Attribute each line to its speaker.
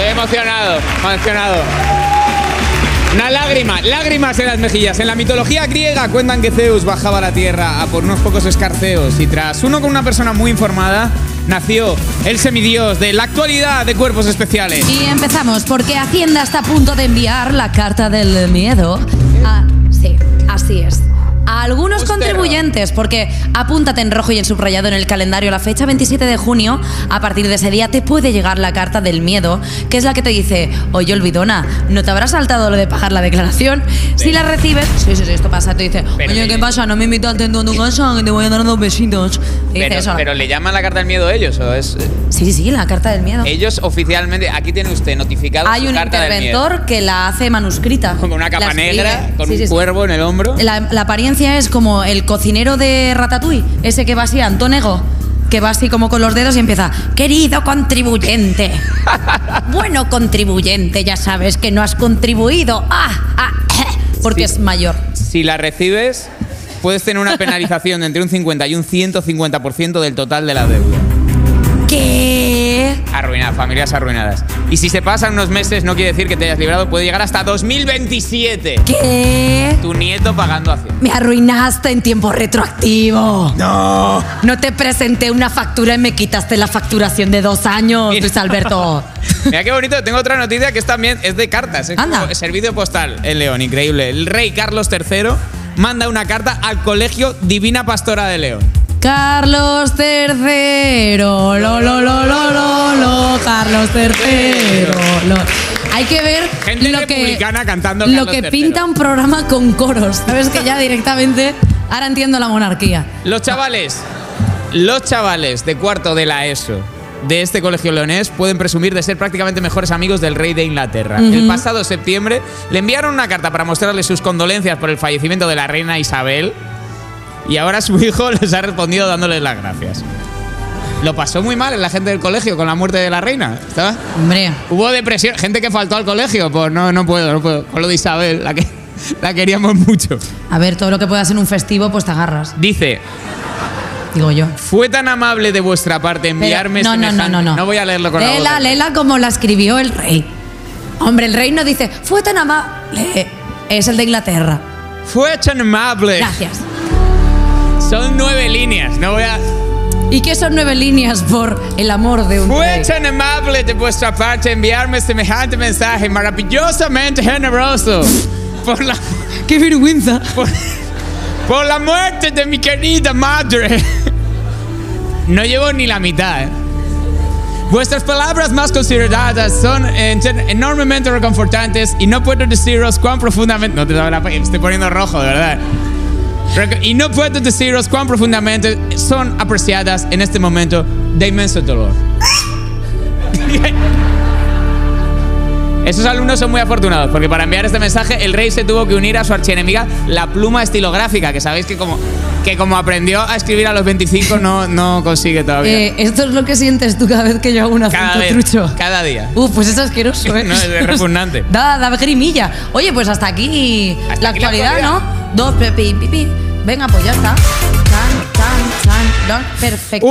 Speaker 1: Emocionado, emocionado. Una lágrima, lágrimas en las mejillas. En la mitología griega cuentan que Zeus bajaba a la tierra a por unos pocos escarceos y tras uno con una persona muy informada nació el semidios de la actualidad de cuerpos especiales.
Speaker 2: Y empezamos porque Hacienda está a punto de enviar la carta del miedo a... Sí, así es. A algunos
Speaker 1: Pues
Speaker 2: contribuyentes, porque apúntate en rojo y en subrayado en el calendario la fecha 27 de junio, a partir de ese día te puede llegar la carta del miedo, que es la que te dice, oye olvidona, ¿no te habrá saltado lo de pagar la declaración? Si la recibes, sí, sí, sí, esto pasa, te dice,
Speaker 1: Pero
Speaker 2: oye,
Speaker 1: que-
Speaker 2: ¿qué pasa? No me invitas al tendón de tu casa, que te voy a dar dos besitos. Te dice
Speaker 1: Pero,
Speaker 2: eso.
Speaker 1: pero le llaman la carta del miedo ellos o es
Speaker 2: Sí, sí, la carta del miedo.
Speaker 1: ellos oficialmente aquí tiene usted notificado
Speaker 2: Hay
Speaker 1: su
Speaker 2: un
Speaker 1: carta del miedo.
Speaker 2: interventor que la hace manuscrita.
Speaker 1: con una
Speaker 2: La
Speaker 1: capa
Speaker 2: escribe.
Speaker 1: negra con
Speaker 2: Sí, sí,
Speaker 1: un
Speaker 2: sí.
Speaker 1: cuervo en el hombro.
Speaker 2: La, la apariencia es como el cocinero de Ratatouille, ese que va así, Antonego, que va así como con los dedos y empieza, querido contribuyente, bueno contribuyente, ya sabes que no has contribuido, ah, ah, porque
Speaker 1: Sí.
Speaker 2: es mayor.
Speaker 1: Si la recibes puedes tener una penalización de entre un 50 y un 150% del total de la deuda.
Speaker 2: ¿Qué?
Speaker 1: Arruinadas, familias arruinadas. Y si se pasan unos meses, no quiere decir que te hayas librado, puede llegar hasta 2027.
Speaker 2: ¿Qué?
Speaker 1: Tu nieto pagando Hacienda.
Speaker 2: Me arruinaste en tiempo retroactivo. No. No te presenté una factura y me quitaste la facturación de dos años,
Speaker 1: Mira.
Speaker 2: Luis Alberto.
Speaker 1: Mira qué bonito, tengo otra noticia que es también es de cartas. Es
Speaker 2: Anda.
Speaker 1: como servicio postal en León, increíble. El rey Carlos III manda una carta al colegio Divina Pastora de León.
Speaker 2: Carlos III, lo, lo, lo, lo, lo, lo, Carlos III. Lo. Hay que ver
Speaker 1: Gente
Speaker 2: lo que,
Speaker 1: republicana cantando
Speaker 2: lo
Speaker 1: Carlos
Speaker 2: que
Speaker 1: III.
Speaker 2: pinta un programa con coros. Sabes que ya directamente ahora entiendo la monarquía.
Speaker 1: Los chavales, los chavales de cuarto de la ESO de este colegio leonés pueden presumir de ser prácticamente mejores amigos del rey de Inglaterra. El pasado septiembre le enviaron una carta para mostrarle sus condolencias por el fallecimiento de la reina Isabel y ahora su hijo les ha respondido dándoles las gracias. Lo pasó muy mal en la gente del colegio con la muerte de la reina. ¿estaba?
Speaker 2: Hombre,
Speaker 1: Hubo depresión, gente que faltó al colegio, pues no, no puedo, no puedo. Con lo de Isabel, la, que, la queríamos mucho.
Speaker 2: a ver, todo lo que puedas en un festivo, pues te agarras,
Speaker 1: Dice,
Speaker 2: digo yo.
Speaker 1: Fue tan amable de vuestra parte
Speaker 2: Pero-
Speaker 1: enviarme
Speaker 2: no, no, no,
Speaker 1: semejante-
Speaker 2: no, no.
Speaker 1: voy a leerlo con la voz
Speaker 2: Lela,
Speaker 1: del-
Speaker 2: lela como la escribió el rey. Hombre, el rey no dice, fue tan amable. Es el de Inglaterra.
Speaker 1: Fue tan amable.
Speaker 2: Gracias.
Speaker 1: Son nueve líneas. No voy a.
Speaker 2: ¿Y qué son nueve líneas por el amor de un
Speaker 1: Fue
Speaker 2: rey?
Speaker 1: tan amable de vuestra parte enviarme semejante mensaje maravillosamente generoso. Por la,
Speaker 2: ¡Qué vergüenza!
Speaker 1: por, por la muerte de mi querida madre. No llevo ni la mitad. ¿eh? Vuestras palabras más consideradas son enter- enormemente reconfortantes y no puedo deciros cuán profundamente. No te daba la pa- estoy poniendo rojo, de verdad. Reco- Y no puedo deciros cuán profundamente son apreciadas en este momento de inmenso dolor. Esos alumnos son muy afortunados porque para enviar este mensaje el rey se tuvo que unir a su archienemiga la pluma estilográfica, que sabéis que como, que como aprendió a escribir a los 25 no, no consigue todavía.
Speaker 2: Eh, esto es lo que sientes tú cada vez que yo hago un
Speaker 1: cada
Speaker 2: acento
Speaker 1: vez,
Speaker 2: trucho.
Speaker 1: cada día.
Speaker 2: Uf, pues es asqueroso, ¿eh?
Speaker 1: No, es repugnante.
Speaker 2: da, da grimilla. Oye, pues hasta aquí
Speaker 1: Hasta
Speaker 2: la
Speaker 1: aquí la
Speaker 2: actualidad,
Speaker 1: actualidad.
Speaker 2: ¿no? Dos, pi, pi, pi, pi. Venga, pues ya está. Tan, tan, tan, don, perfecto.